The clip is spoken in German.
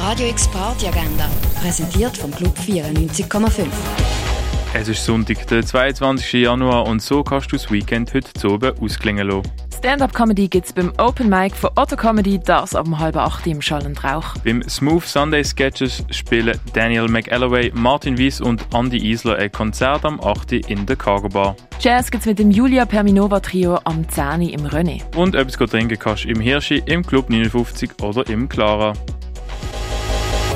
Radio X Party Agenda, präsentiert vom Club 94,5. Es ist Sonntag, der 22. Januar und so kannst du das Weekend heute zu oben ausklingen lassen. Stand-up-Comedy gibt's beim Open Mic von Otto Comedy, das ab um halb acht im Schall und Rauch. Beim Smooth Sunday Sketches spielen Daniel McAlloway, Martin Wies und Andy Isler ein Konzert am 8. Uhr in der Cargo Bar. Jazz gibt's mit dem Julia Perminova Trio am 10. Uhr im René. Und etwas trinken kannst du im Hirschi, im Club 59 oder im Clara.